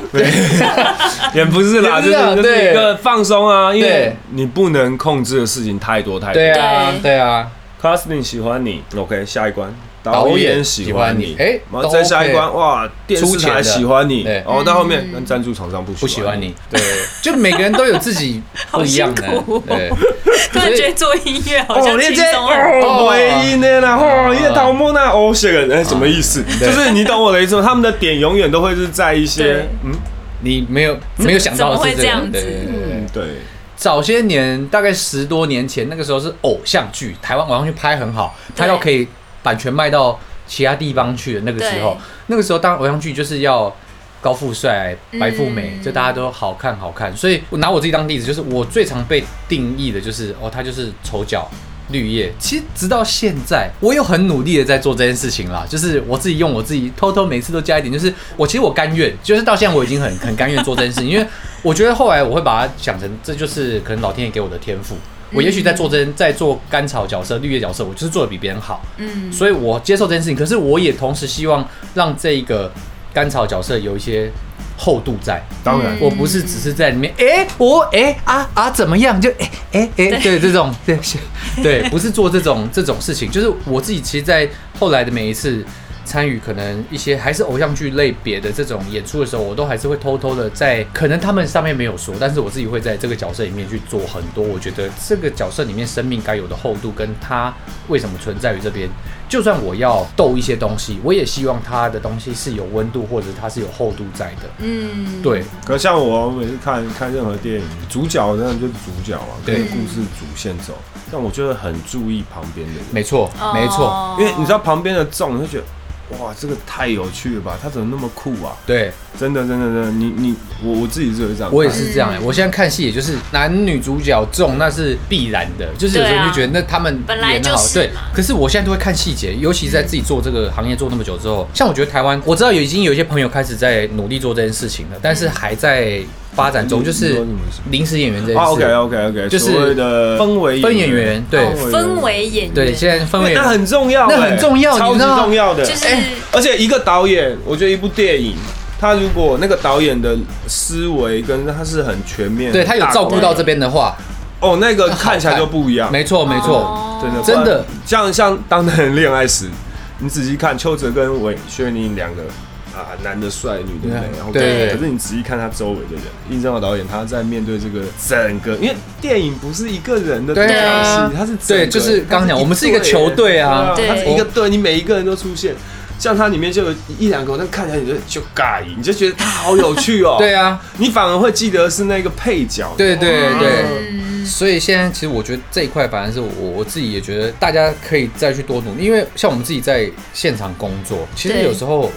Speaker 4: 也不是啦，
Speaker 3: 也不
Speaker 4: 就是是
Speaker 3: 啊
Speaker 4: 就是
Speaker 3: 对
Speaker 4: 一个放松啊，因为
Speaker 3: 对
Speaker 4: 你不能控制的事情太多太多。
Speaker 3: 对啊，
Speaker 2: 对
Speaker 3: 对啊，
Speaker 4: c a s t i n g 喜欢你，OK，下一关。
Speaker 3: 导
Speaker 4: 导演
Speaker 3: 演
Speaker 4: 喜
Speaker 3: 喜
Speaker 4: 欢
Speaker 3: 欢
Speaker 4: 你
Speaker 3: 你，哎
Speaker 4: 然后
Speaker 3: 都
Speaker 4: 再下一
Speaker 3: OK
Speaker 4: 关，哇，电视
Speaker 3: 出钱
Speaker 4: 台
Speaker 3: 的
Speaker 4: 喜欢你
Speaker 3: 对，
Speaker 4: 哦，到后
Speaker 2: 嗯
Speaker 4: 面那赞助厂商不
Speaker 3: 不喜欢你，对， 就每个人都有自己不一样的
Speaker 2: 好辛苦哦，
Speaker 3: 对，
Speaker 2: 突然觉得做音乐好
Speaker 3: 哦
Speaker 2: 像轻松啊很多。
Speaker 4: 哦，唯一呢，然后叶桃木那哦，这个人哎什么意思？
Speaker 3: 对
Speaker 4: 就是你懂我的意思吗？他们的点永远都会是在一些
Speaker 2: 对
Speaker 4: 嗯
Speaker 3: 你没有没有想到
Speaker 2: 怎么
Speaker 3: 的
Speaker 2: 会
Speaker 3: 是
Speaker 2: 这
Speaker 3: 这个
Speaker 2: 样，
Speaker 3: 对
Speaker 2: 子
Speaker 3: 对对对
Speaker 4: 嗯。对，
Speaker 3: 早些年，大概十多年前，那个时候是偶像剧，台湾偶像剧拍很好，拍到可以版权卖到其他地方去的那个时候
Speaker 2: 对，
Speaker 3: 那个时候当然偶像剧就是要高富帅、白富美，
Speaker 2: 嗯
Speaker 3: 就大家都好看好看。所以我拿我自己当例子，就是我最常被定义的就是哦，他就是丑角。绿叶，其实直到现在，我有很努力的在做这件事情啦，就是我自己用我自己偷偷每次都加一点，就是我其实我甘愿，就是到现在我已经很 很甘愿做这件事情，因为我觉得后来我会把它想成这就是可能老天爷给我的天赋，我也许在做这件在做甘草角色、绿叶角色，我就是做的比别人好，
Speaker 2: 嗯，
Speaker 3: 所以我接受这件事情，可是我也同时希望让这个甘草角色有一些厚度在。
Speaker 4: 当然
Speaker 2: 嗯
Speaker 3: 我不是只是在里面，哎、我哎、啊啊怎么样？就哎哎哎，对这种对 是对，不是做这种这种事情，就是我自己其实，在后来的每一次参与可能一些还是偶像剧类别的这种演出的时候，我都还是会偷偷的在，可能他们上面没有说，但是我自己会在这个角色里面去做很多，我觉得这个角色里面生命该有的厚度，跟他为什么存在于这边。就算我要斗一些东西，我也希望他的东西是有温度，或者它是有厚度在的。
Speaker 2: 嗯，
Speaker 3: 对，
Speaker 4: 可像我每次看看任何电影，主角当然就是主角啊，跟
Speaker 3: 对
Speaker 4: 着故事主线走。但我就会很注意旁边的人，
Speaker 3: 没错，
Speaker 2: 哦，
Speaker 3: 没错。
Speaker 4: 因为你知道旁边的众，你就觉得哇，这个太有趣了吧？他怎么那么酷啊？
Speaker 3: 对
Speaker 4: 真的，真的，真的，你你我我自己就会这样看。
Speaker 3: 我也是这样哎、
Speaker 2: 嗯
Speaker 3: 我现在看戏，也就是男女主角重，那是必然的，就是有时
Speaker 2: 对
Speaker 3: 候
Speaker 2: 啊
Speaker 3: 就觉得那他们
Speaker 2: 本来
Speaker 3: 演得
Speaker 2: 就
Speaker 3: 好
Speaker 2: 是
Speaker 3: 对
Speaker 2: 嘛。
Speaker 3: 可是我现在都会看细节，尤其在自己做这个行业做那么久
Speaker 2: 嗯
Speaker 3: 之后，像我觉得台湾，我知道有已经有一些朋友开始在努力做这件事情了，
Speaker 2: 嗯
Speaker 3: 但是还在发展中，
Speaker 4: 你
Speaker 3: 就是
Speaker 4: 你说什么
Speaker 3: 临时演员这件事。
Speaker 4: 啊，OK OK OK，
Speaker 3: 就是
Speaker 4: 所谓的氛围
Speaker 3: 分演员，对、
Speaker 2: 哦氛围演员，
Speaker 3: 对，现在分
Speaker 4: 对
Speaker 3: 围
Speaker 4: 那很重要欸，
Speaker 3: 那很重要
Speaker 4: 超
Speaker 3: 你
Speaker 4: 级
Speaker 3: 知道吗
Speaker 4: 重要的。
Speaker 2: 就是
Speaker 3: 哎
Speaker 4: 而且一个导演，我觉得一部电影，他如果那个导演的思维跟他是很全面，
Speaker 3: 对他有照顾到这边的话，
Speaker 4: 哦，那个看起来就不一样，
Speaker 3: 没错没错。
Speaker 2: 哦
Speaker 4: 真的
Speaker 3: 真的
Speaker 4: 不然像像当代人恋爱史，你仔细看邱泽跟韦薛宁两个。啊，男的帅，女的美，
Speaker 3: 对
Speaker 4: 然后
Speaker 3: 对
Speaker 4: 可是你仔细看他周围的人，印证到导演他在面对这个整个，因为电影不是一个人的东
Speaker 3: 对
Speaker 4: 西，
Speaker 3: 啊
Speaker 4: 他是整个
Speaker 3: 对就是刚刚讲我们是一个球队啊
Speaker 4: 对他
Speaker 2: 对
Speaker 4: 是一个队，你每一个人都出现，像他里面就有一两个，那看起来你就就尬你就觉得他好有趣哦，
Speaker 3: 对，啊，
Speaker 4: 你反而会记得是那个配角，
Speaker 3: 对对对。
Speaker 2: 嗯
Speaker 3: 所以现在其实我觉得这一块反而是我我自己也觉得大家可以再去多努力，因为像我们自己在现场工作，其实
Speaker 2: 对
Speaker 3: 有时候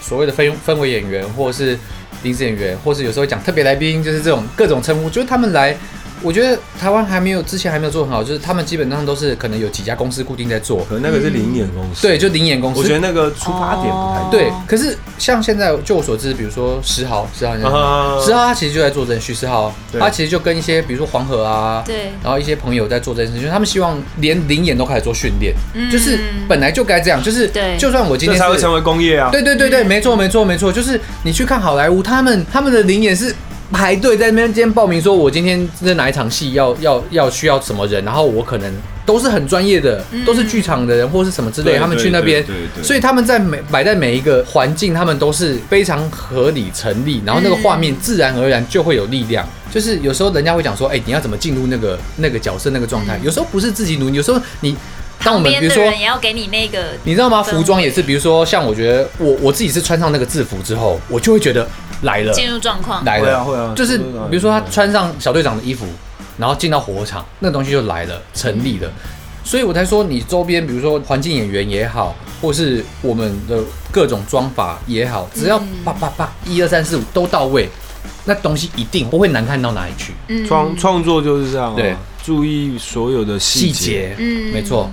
Speaker 3: 所谓的氛氛围演员，或是临时演员，或是有时候讲特别来宾，就是这种各种称呼，就是他们来。我觉得台湾还没有之前还没有做很好，就是他们基本上都是可能有几家公司固定在做，
Speaker 4: 可能那个是零演公司，
Speaker 3: 对，就零演公司。
Speaker 4: 我觉得那个出发点不太一样
Speaker 3: 对，可是像现在就我所知，比如说石豪，石豪你知道吗，
Speaker 4: 啊
Speaker 3: 石豪他其实就在做这许石豪，
Speaker 4: 对
Speaker 3: 他其实就跟一些比如说黄河啊，
Speaker 2: 对
Speaker 3: 然后一些朋友在做这件事情，就是他们希望连零演都开始做训练，
Speaker 2: 嗯
Speaker 3: 就是本来就该这样，就是
Speaker 2: 对
Speaker 3: 就算我今
Speaker 4: 这
Speaker 3: 天
Speaker 4: 才会
Speaker 3: 是
Speaker 4: 成为工业啊。
Speaker 3: 对对对对，没错没错没错，就是你去看好莱坞，他们他们的零演是。排队在那边今天报名，说我今天在哪一场戏要要要需要什么人，然后我可能都是很专业的，
Speaker 2: 嗯
Speaker 3: 都是剧场的人或是什么之类，
Speaker 4: 对
Speaker 3: 他们去那边
Speaker 4: 对对对，对
Speaker 3: 所以他们在每摆在每一个环境，他们都是非常合理成立，然后那个画面自然而然就会有力量。就是有时候人家会讲说，哎、你要怎么进入那个那个角色那个状态？有时候不是自己努力，有时候你当我
Speaker 2: 嗯旁
Speaker 3: 们
Speaker 2: 边
Speaker 3: 比如
Speaker 2: 的
Speaker 3: 说
Speaker 2: 人也要给你那个，
Speaker 3: 你知道吗？
Speaker 2: 氛围
Speaker 3: 服装也是，比如说像我觉得我我自己是穿上那个制服之后，我就会觉得来了，
Speaker 2: 进入状况，
Speaker 3: 来
Speaker 4: 会
Speaker 3: 了，
Speaker 4: 啊会啊
Speaker 3: 就是
Speaker 4: 会啊
Speaker 3: 比如说他
Speaker 4: 会啊
Speaker 3: 穿上小队长的衣服，然后进到火场，那东西就来了，成立了。所以我才说，你周边比如说环境演员也好，或是我们的各种装法也好，只
Speaker 2: 嗯
Speaker 3: 要叭叭叭一二三四五都到位，那东西一定不会难看到哪里去。
Speaker 2: 嗯
Speaker 4: 创创作就是这样、啊，
Speaker 3: 对，
Speaker 4: 注意所有的
Speaker 3: 细
Speaker 4: 细节。
Speaker 3: 节，
Speaker 2: 嗯
Speaker 3: 没错。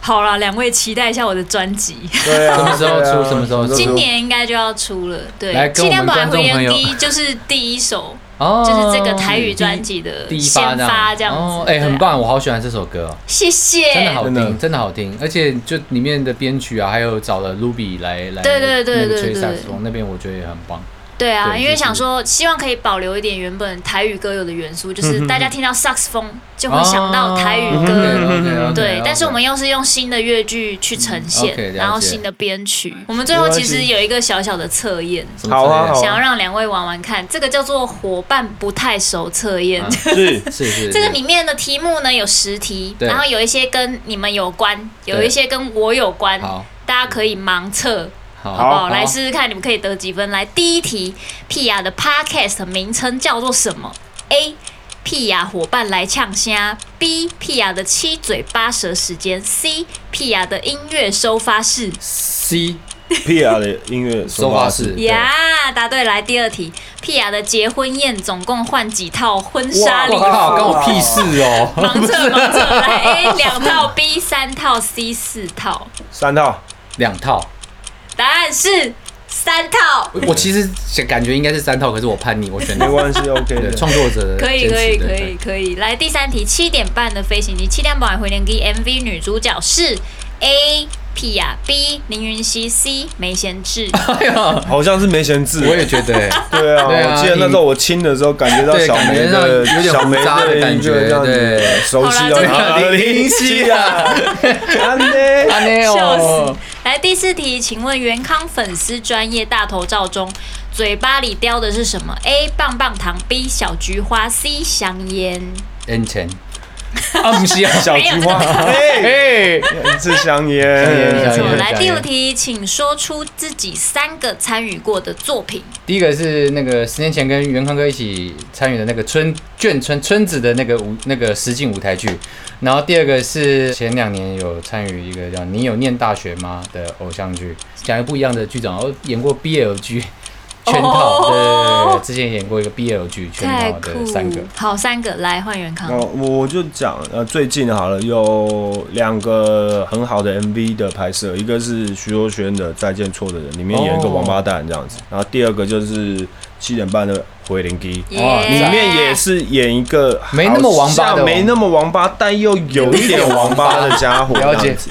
Speaker 2: 好啦，两位期待一下我的专辑，
Speaker 4: 对啊，
Speaker 3: 什么时候
Speaker 4: 对啊
Speaker 3: 出什么时候 出
Speaker 2: 今 年应该就要出了。对，
Speaker 3: 来跟
Speaker 2: 尽
Speaker 3: 我们
Speaker 2: 量把回
Speaker 3: 观众朋友
Speaker 2: 第一就是第一首，
Speaker 3: 哦
Speaker 2: 就是这个台语专辑的
Speaker 3: 第一
Speaker 2: 先
Speaker 3: 发这样，
Speaker 2: 发这样
Speaker 3: 哦
Speaker 2: 子，，
Speaker 3: 哎、
Speaker 2: 对啊
Speaker 3: 很，棒，我好喜欢这首歌、哦。
Speaker 2: 谢谢，
Speaker 3: 真的好
Speaker 4: 真的
Speaker 3: 听，真的好听，而且就里面的编曲啊，还有找了 Ruby 来来
Speaker 2: 对对对
Speaker 3: 那个
Speaker 2: 对
Speaker 3: 吹
Speaker 2: 对
Speaker 3: 萨克斯风，那边我觉得也很棒。
Speaker 2: 对啊，
Speaker 3: 对
Speaker 2: 因
Speaker 3: 就
Speaker 2: 为
Speaker 3: 是
Speaker 2: 想说，希望可以保留一点原本台语歌有的元素，
Speaker 3: 嗯
Speaker 2: 就是大家听到萨克斯风就会想到台
Speaker 3: 哦
Speaker 2: 语歌，
Speaker 3: 歌
Speaker 2: 对。但是我们又是用新的乐句去呈
Speaker 3: 嗯，OK，了
Speaker 2: 现，
Speaker 3: 解
Speaker 2: 然后新的编曲。我们最后其实有一个小小的测验，
Speaker 4: 好啊好啊
Speaker 2: 想要让两位玩玩看，这个叫做伙伴不太熟测验。
Speaker 3: 啊
Speaker 4: 是
Speaker 3: 是是
Speaker 2: 这个里面的题目呢有十题，
Speaker 3: 对
Speaker 2: 然后有一些跟你们有关，有
Speaker 3: 对
Speaker 2: 一些跟我有关，
Speaker 3: 好
Speaker 2: 大家可以盲测。
Speaker 3: 好
Speaker 2: 好不
Speaker 4: 好
Speaker 2: 好？来试试看你们可以得几分。来，第一题，屁雅的 podcast 名称叫做什么？A. 屁雅伙伴来呛虾；B. 屁雅的七嘴八舌时间；C. 屁雅的音乐收发室。
Speaker 3: C
Speaker 4: 屁雅的音乐收
Speaker 3: 收发
Speaker 4: 发室
Speaker 3: 室对
Speaker 2: 呀答对，来第二题，屁雅的结婚宴总共换几套婚纱礼
Speaker 3: 我
Speaker 2: 服？
Speaker 3: 靠，关我屁事哦！
Speaker 2: 盲测盲测，来 A 两套，B 三套，C 四套，
Speaker 4: 三套，
Speaker 3: 两套，
Speaker 2: 答案是三套。
Speaker 3: 我其实想感觉应该是三套，可是我叛逆，我选
Speaker 4: 没
Speaker 3: 那个
Speaker 4: 关系，OK
Speaker 3: 对
Speaker 4: 的。
Speaker 3: 创作者的
Speaker 2: 可以
Speaker 3: 坚持
Speaker 2: 可以
Speaker 3: 对
Speaker 2: 可
Speaker 3: 对
Speaker 2: 以可以，来第三题，七点半的飞行机，七点半回连机 MV 女主角是 A 屁雅，B 凌云熙，C 梅贤智。
Speaker 3: 哎呀，
Speaker 4: 好像是没闲置，
Speaker 3: 我也觉 得欸，
Speaker 4: 对啊，
Speaker 3: 对啊
Speaker 4: 我记得那时候我亲的时候，感觉到
Speaker 3: 对
Speaker 4: 小梅
Speaker 3: 感觉
Speaker 4: 的
Speaker 3: 到有点
Speaker 4: 小梅
Speaker 3: 渣的
Speaker 4: 一个
Speaker 3: 感觉
Speaker 4: 这样子
Speaker 3: 对
Speaker 4: 熟悉
Speaker 2: 好
Speaker 4: 的
Speaker 2: 啦
Speaker 3: 这个
Speaker 4: 灵犀啊， 安
Speaker 3: 啊
Speaker 4: 呢，
Speaker 3: 没有
Speaker 2: 笑死！来第四题，请问元康粉丝专业大头照中，嘴巴里叼的是什么？A 棒棒糖，B 小菊花，C 香烟。
Speaker 3: ，N 钱，啊不是啊，
Speaker 4: 小菊花，哎，
Speaker 3: 哎，
Speaker 4: 是香
Speaker 3: 香烟
Speaker 4: 烟
Speaker 3: 香
Speaker 2: 错
Speaker 3: 烟，
Speaker 2: 来
Speaker 3: 香
Speaker 2: 第
Speaker 3: 烟
Speaker 2: 五题，请说出自己三个参与过的作品。
Speaker 3: 第一个是那个十年前跟袁康哥一起参与的那个春眷村村子的那个舞那个实景舞台剧，然后第二个是前两年有参与一个叫《你有念大学吗》的偶像剧，讲一不一样的剧种，然后演过 BL 剧全套，对对对对，之前演过一个 BL 剧全
Speaker 2: 太
Speaker 3: 套
Speaker 2: 酷
Speaker 3: 的！哦三个，哦
Speaker 2: 好，三个来换元康
Speaker 4: 那。我就讲，呃，最近好了，有两个很好的 MV 的拍摄，一个是徐若瑄的《再见错的人》，里面演一个
Speaker 3: 哦
Speaker 4: 王八蛋这样子，然后第二个就是七点半的回灵机，
Speaker 3: 哇
Speaker 4: 里
Speaker 2: 耶
Speaker 4: 面也是演一个
Speaker 3: 没那么王八的王
Speaker 4: 好像没那么王八，但又有一点王八的家伙。
Speaker 3: 了解
Speaker 4: 这样子。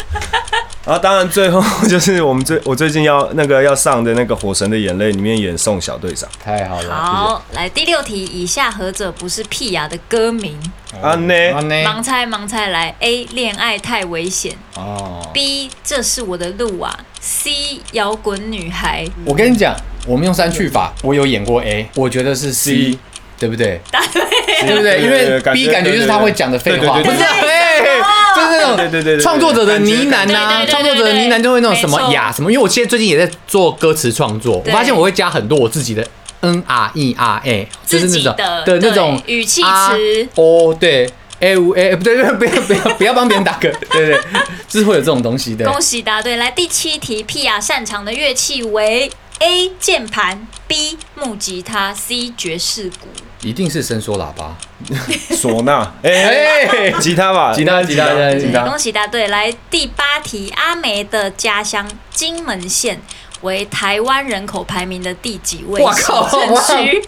Speaker 4: 然后当然最后就是我们最我最近要那个要上的那个《火神的眼泪》里面演宋小队长
Speaker 3: 太好了。
Speaker 2: 好，来第六题，以下何者不是屁雅的歌名？
Speaker 4: 啊
Speaker 3: 啊
Speaker 4: 呢，
Speaker 2: 盲
Speaker 3: 呢
Speaker 2: 猜盲猜，来 A 恋爱太危险。
Speaker 3: 哦，
Speaker 2: B 这是我的路啊，C 摇滚女孩，
Speaker 3: 我跟你讲，我们用删去法，我有演过 A，我觉得是 C，,
Speaker 4: C
Speaker 3: 对不对？对不对？因为 B 感觉就是他会讲的废话，
Speaker 4: 对
Speaker 3: 不
Speaker 4: 对
Speaker 3: 是
Speaker 4: 对
Speaker 3: 啊，哎，就是那种
Speaker 4: 对对对对
Speaker 3: 创作者的呢
Speaker 2: 对对
Speaker 3: 喃
Speaker 2: 对
Speaker 3: 啊，
Speaker 2: 对
Speaker 3: 创作者的呢喃就会那种什么呀什么，因为我现在最近也在做歌词创作，我
Speaker 2: 对
Speaker 3: 发现我会加很多我自己的 N R E R A，就是那
Speaker 2: 自己
Speaker 3: 种
Speaker 2: 的
Speaker 3: 的那
Speaker 2: 对
Speaker 3: 种
Speaker 2: 语气
Speaker 3: 啊
Speaker 2: 词
Speaker 3: 哦，对。哎呜哎，不对， 不要不要不要帮别人打嗝， 对对，就是会有这种东西的。
Speaker 2: 恭喜答对。来第七题，屁雅擅长的乐器为 A 键盘，B 木吉他，C 爵士鼓。
Speaker 3: 一定是伸缩喇叭。
Speaker 4: 唢呐，哎，
Speaker 3: 哎，
Speaker 4: 吉他吧，
Speaker 3: 吉他
Speaker 4: 应该是
Speaker 3: 吉他吉他
Speaker 2: 恭喜答对。来第八题，阿梅的家乡金门县为台湾人口排名的第几位
Speaker 3: 哇
Speaker 2: 行
Speaker 3: 靠
Speaker 2: 政区？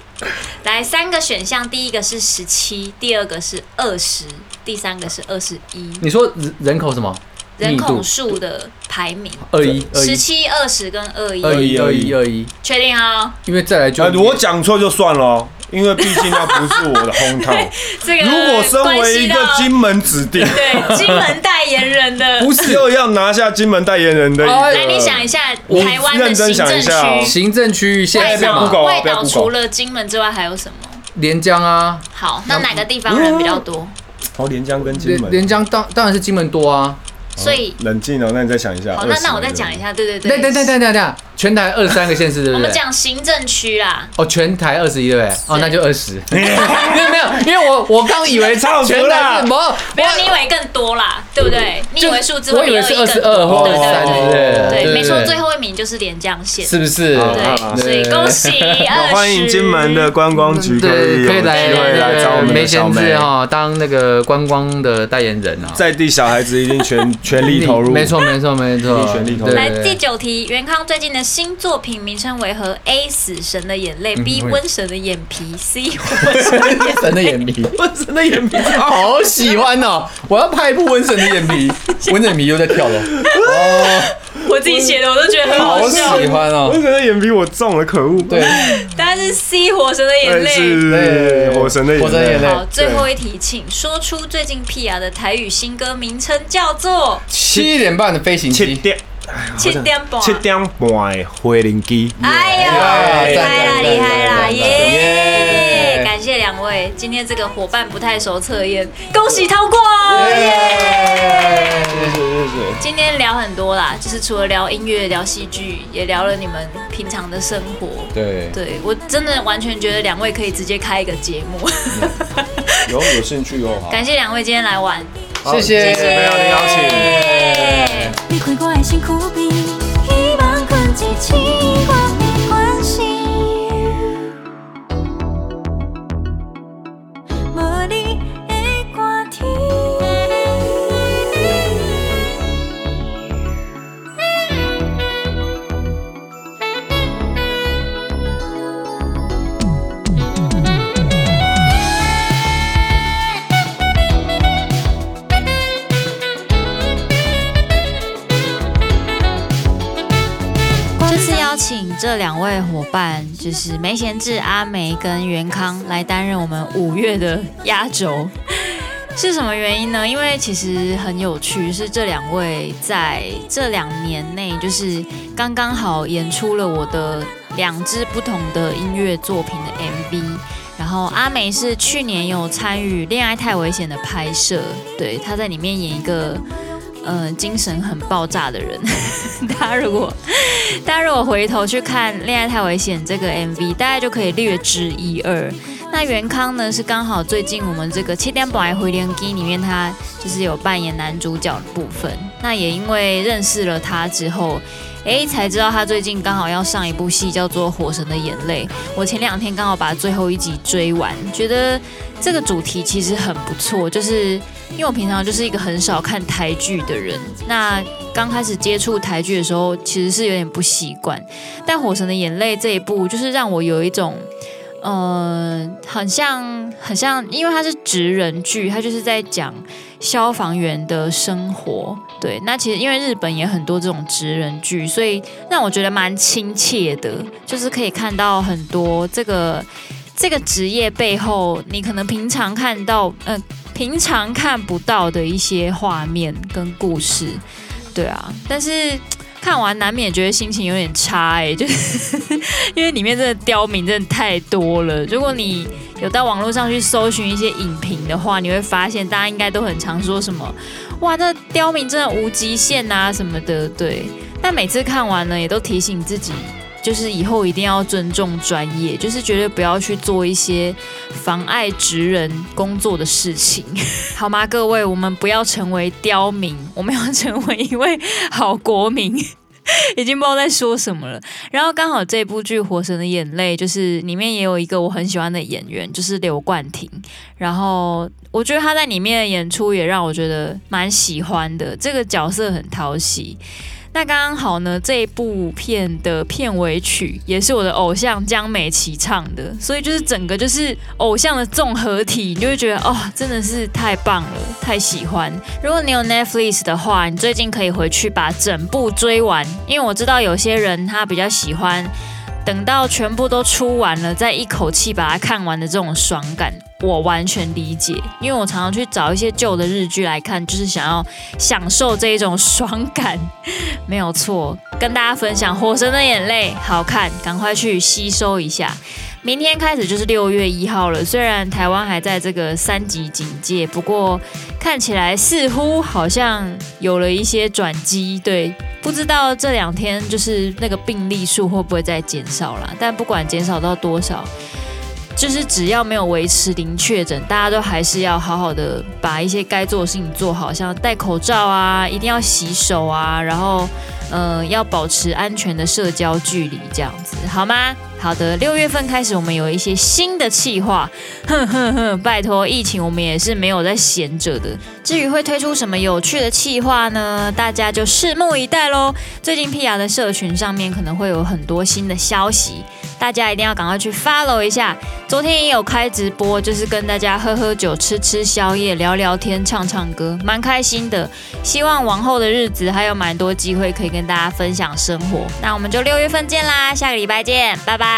Speaker 2: 来三个选项，第一个是十七，第二个是二十，第三个是二十一。
Speaker 3: 你说人人口什么？
Speaker 2: 人
Speaker 3: 密
Speaker 2: 口
Speaker 3: 度
Speaker 2: 数的排名，
Speaker 3: 二一二
Speaker 2: 十
Speaker 3: 一
Speaker 2: 七、二十跟二一，
Speaker 3: 二一二一二一，
Speaker 2: 确定哦。
Speaker 3: 因为再来就
Speaker 4: 呃，我讲错就算了哦，因为毕竟那不是我的 hometown。
Speaker 2: 这个
Speaker 4: 如果身
Speaker 2: 关
Speaker 4: 为
Speaker 2: 系
Speaker 4: 一
Speaker 2: 到
Speaker 4: 个金门子弟，
Speaker 2: 对金门代言人的，
Speaker 3: 不是
Speaker 4: 又要拿下金门代言人的一
Speaker 3: 哎
Speaker 4: 个，
Speaker 2: 来你想一下，
Speaker 4: 我
Speaker 2: 台湾的
Speaker 4: 认
Speaker 2: 行
Speaker 4: 真想
Speaker 2: 政
Speaker 4: 一下哦
Speaker 2: 区，
Speaker 3: 行政区域
Speaker 2: 外
Speaker 3: 县市
Speaker 4: 不
Speaker 2: 岛
Speaker 3: 嘛，
Speaker 4: 要哎 Google
Speaker 2: 外
Speaker 4: 不要
Speaker 2: 岛
Speaker 4: Google
Speaker 2: 除了金门之外还有什么？
Speaker 3: 连江啊，
Speaker 2: 好，那哪个地方人比较多？
Speaker 4: 哦，连江跟金
Speaker 3: 连
Speaker 4: 门，
Speaker 3: 连江当当然是金门多啊。
Speaker 2: 所以
Speaker 4: 冷静哦，那你再想一下。
Speaker 2: 好，那那我
Speaker 4: 20
Speaker 2: 再讲一。下，对对
Speaker 3: 对对对对对对，全台二十三个县市，对
Speaker 2: 我
Speaker 3: 不
Speaker 2: 们
Speaker 3: 对？
Speaker 2: 讲行政区啦，
Speaker 3: 哦，全台二十一对不对？哦，那就二十。没有没有，因为我我刚以为
Speaker 4: 差不多
Speaker 3: 全台
Speaker 4: 啦
Speaker 3: 是没有
Speaker 2: 没有，你以为更多啦，对不对？你以为数字
Speaker 3: 我
Speaker 2: 会
Speaker 3: 以
Speaker 2: 比
Speaker 3: 为是二
Speaker 2: 21
Speaker 3: 十
Speaker 2: 更多
Speaker 3: 二或
Speaker 2: 对
Speaker 3: 二十三
Speaker 2: 对
Speaker 3: 之类的，
Speaker 2: 对对，没错，
Speaker 3: 对
Speaker 2: 最后一名就是连江县。
Speaker 3: 是不是？
Speaker 4: 啊
Speaker 2: 对，所以恭喜
Speaker 4: 好
Speaker 2: 二十！
Speaker 4: 欢迎金门的观光局可以
Speaker 3: 对，可以来
Speaker 4: 有机会来找我们
Speaker 3: 梅
Speaker 4: 的小
Speaker 3: 贤
Speaker 4: 梅
Speaker 3: 志。哈当那个观光的代言人啊，
Speaker 4: 在地小孩子一定全全力投入，
Speaker 3: 没错没错没错，
Speaker 4: 全力投入
Speaker 3: 对
Speaker 2: 来
Speaker 3: 对
Speaker 2: 第九题，元康最近的新作品名称为何？A. 死神的眼泪，B.
Speaker 3: 会
Speaker 2: 瘟神的眼皮，C. 瘟神的眼
Speaker 3: 瘟 神的眼皮，瘟神的眼皮，好喜欢哦！我要拍一部瘟神的眼皮，瘟神眼皮又在跳了，
Speaker 2: 我自己写的，我都觉得很好
Speaker 3: 好
Speaker 2: 笑。
Speaker 3: 喜欢
Speaker 4: 我
Speaker 3: 哦！
Speaker 4: 觉得眼皮我中了，可恶。
Speaker 3: 对，
Speaker 2: 答案是 C. 火神的眼
Speaker 4: 但
Speaker 2: 泪。
Speaker 4: 是
Speaker 3: 对
Speaker 4: 火神的
Speaker 3: 火神的眼泪
Speaker 2: 好，最后一题，请说出最近 P R 的台语新歌名称叫做
Speaker 3: 七点半的飞行
Speaker 4: 对
Speaker 3: 机，
Speaker 4: 七点
Speaker 2: 《七点半》。
Speaker 4: 七点半的回灵机，
Speaker 2: 哎呦，
Speaker 3: 耶
Speaker 2: 厉害啦，
Speaker 3: 赞赞
Speaker 2: 厉害啦，
Speaker 3: 赞赞
Speaker 2: 耶！
Speaker 3: 耶
Speaker 2: 感谢两位，今天这个伙伴不太熟测验，恭喜通过，耶！
Speaker 3: 耶
Speaker 4: 谢谢谢谢。
Speaker 2: 今天聊很多啦，就是除了聊音乐、聊戏剧，也聊了你们平常的生活。
Speaker 3: 对，
Speaker 2: 对我真的完全觉得两位可以直接开一个节目，
Speaker 4: 嗯有有兴趣哦，
Speaker 2: 感谢两位今天来玩，
Speaker 3: 谢谢
Speaker 4: 谢谢朋友的邀请。
Speaker 2: 耶
Speaker 5: 你开我的身躯边，希望困一奇怪没关系。无你的歌天。
Speaker 2: 就是邀请这两位伙伴，就是梅贤志、阿梅跟袁康来担任我们五月的压轴。 是什么原因呢？因为其实很有趣，是这两位在这两年内，就是刚刚好演出了我的两支不同的音乐作品的 MV。然后阿美是去年有参与《恋爱太危险》的拍摄，对，她在里面演一个呃精神很爆炸的人。 大家如果大家如果回头去看《恋爱太危险》这个 MV，大概就可以略知一二。那袁康呢，是刚好最近我们这个《七点本来回连机》里面，他就是有扮演男主角的部分。那也因为认识了他之后，诶，才知道他最近刚好要上一部戏，叫做《火神的眼泪》。我前两天刚好把最后一集追完，觉得这个主题其实很不错，就是因为我平常就是一个很少看台剧的人，那刚开始接触台剧的时候，其实是有点不习惯。但《火神的眼泪》这一部，就是让我有一种，呃，很像很像，因为它是职人剧，它就是在讲消防员的生活。对，那其实因为日本也很多这种职人剧，所以让我觉得蛮亲切的，就是可以看到很多这个这个职业背后，你可能平常看到，呃，平常看不到的一些画面跟故事，对啊，但是看完难免觉得心情有点差哎、 就是因为里面真的刁民真的太多了。如果你有到网络上去搜寻一些影评的话，你会发现大家应该都很常说什么“哇，那刁民真的无极限啊”什么的，对。但每次看完呢，也都提醒自己。就是以后一定要尊重专业，就是绝对不要去做一些妨碍职人工作的事情，好吗？各位，我们不要成为刁民，我们要成为一位好国民。 已经不知道在说什么了。然后刚好这部剧《火神的眼泪》就是里面也有一个我很喜欢的演员，就是刘冠廷。然后我觉得他在里面的演出也让我觉得蛮喜欢的，这个角色很讨喜。那刚刚好呢，这一部片的片尾曲也是我的偶像江美琪唱的，所以就是整个就是偶像的综合体，你就会觉得哦，真的是太棒了，太喜欢。如果你有 Netflix 的话，你最近可以回去把整部追完，因为我知道有些人他比较喜欢等到全部都出完了，再一口气把它看完的这种爽感，我完全理解。因为我常常去找一些旧的日剧来看，就是想要享受这一种爽感，没有错。跟大家分享《火神的眼泪》，好看，赶快去吸收一下。明天开始就是六月一号了，虽然台湾还在这个三级警戒，不过看起来似乎好像有了一些转机。对，不知道这两天就是那个病例数会不会再减少啦？但不管减少到多少，就是只要没有维持零确诊，大家都还是要好好的把一些该做的事情做好，像戴口罩啊，一定要洗手啊，然后呃要保持安全的社交距离，这样子好吗？好的，六月份开始我们有一些新的计划，哼哼哼，拜托疫情我们也是没有在闲着的。至于会推出什么有趣的计划呢？大家就拭目以待喽。最近 P R 的社群上面可能会有很多新的消息，大家一定要赶快去 follow 一下。昨天也有开直播，就是跟大家喝喝酒、吃吃宵夜、聊聊天、唱唱歌，蛮开心的。希望往后的日子还有蛮多机会可以跟大家分享生活。那我们就六月份见啦，下个礼拜见，拜拜。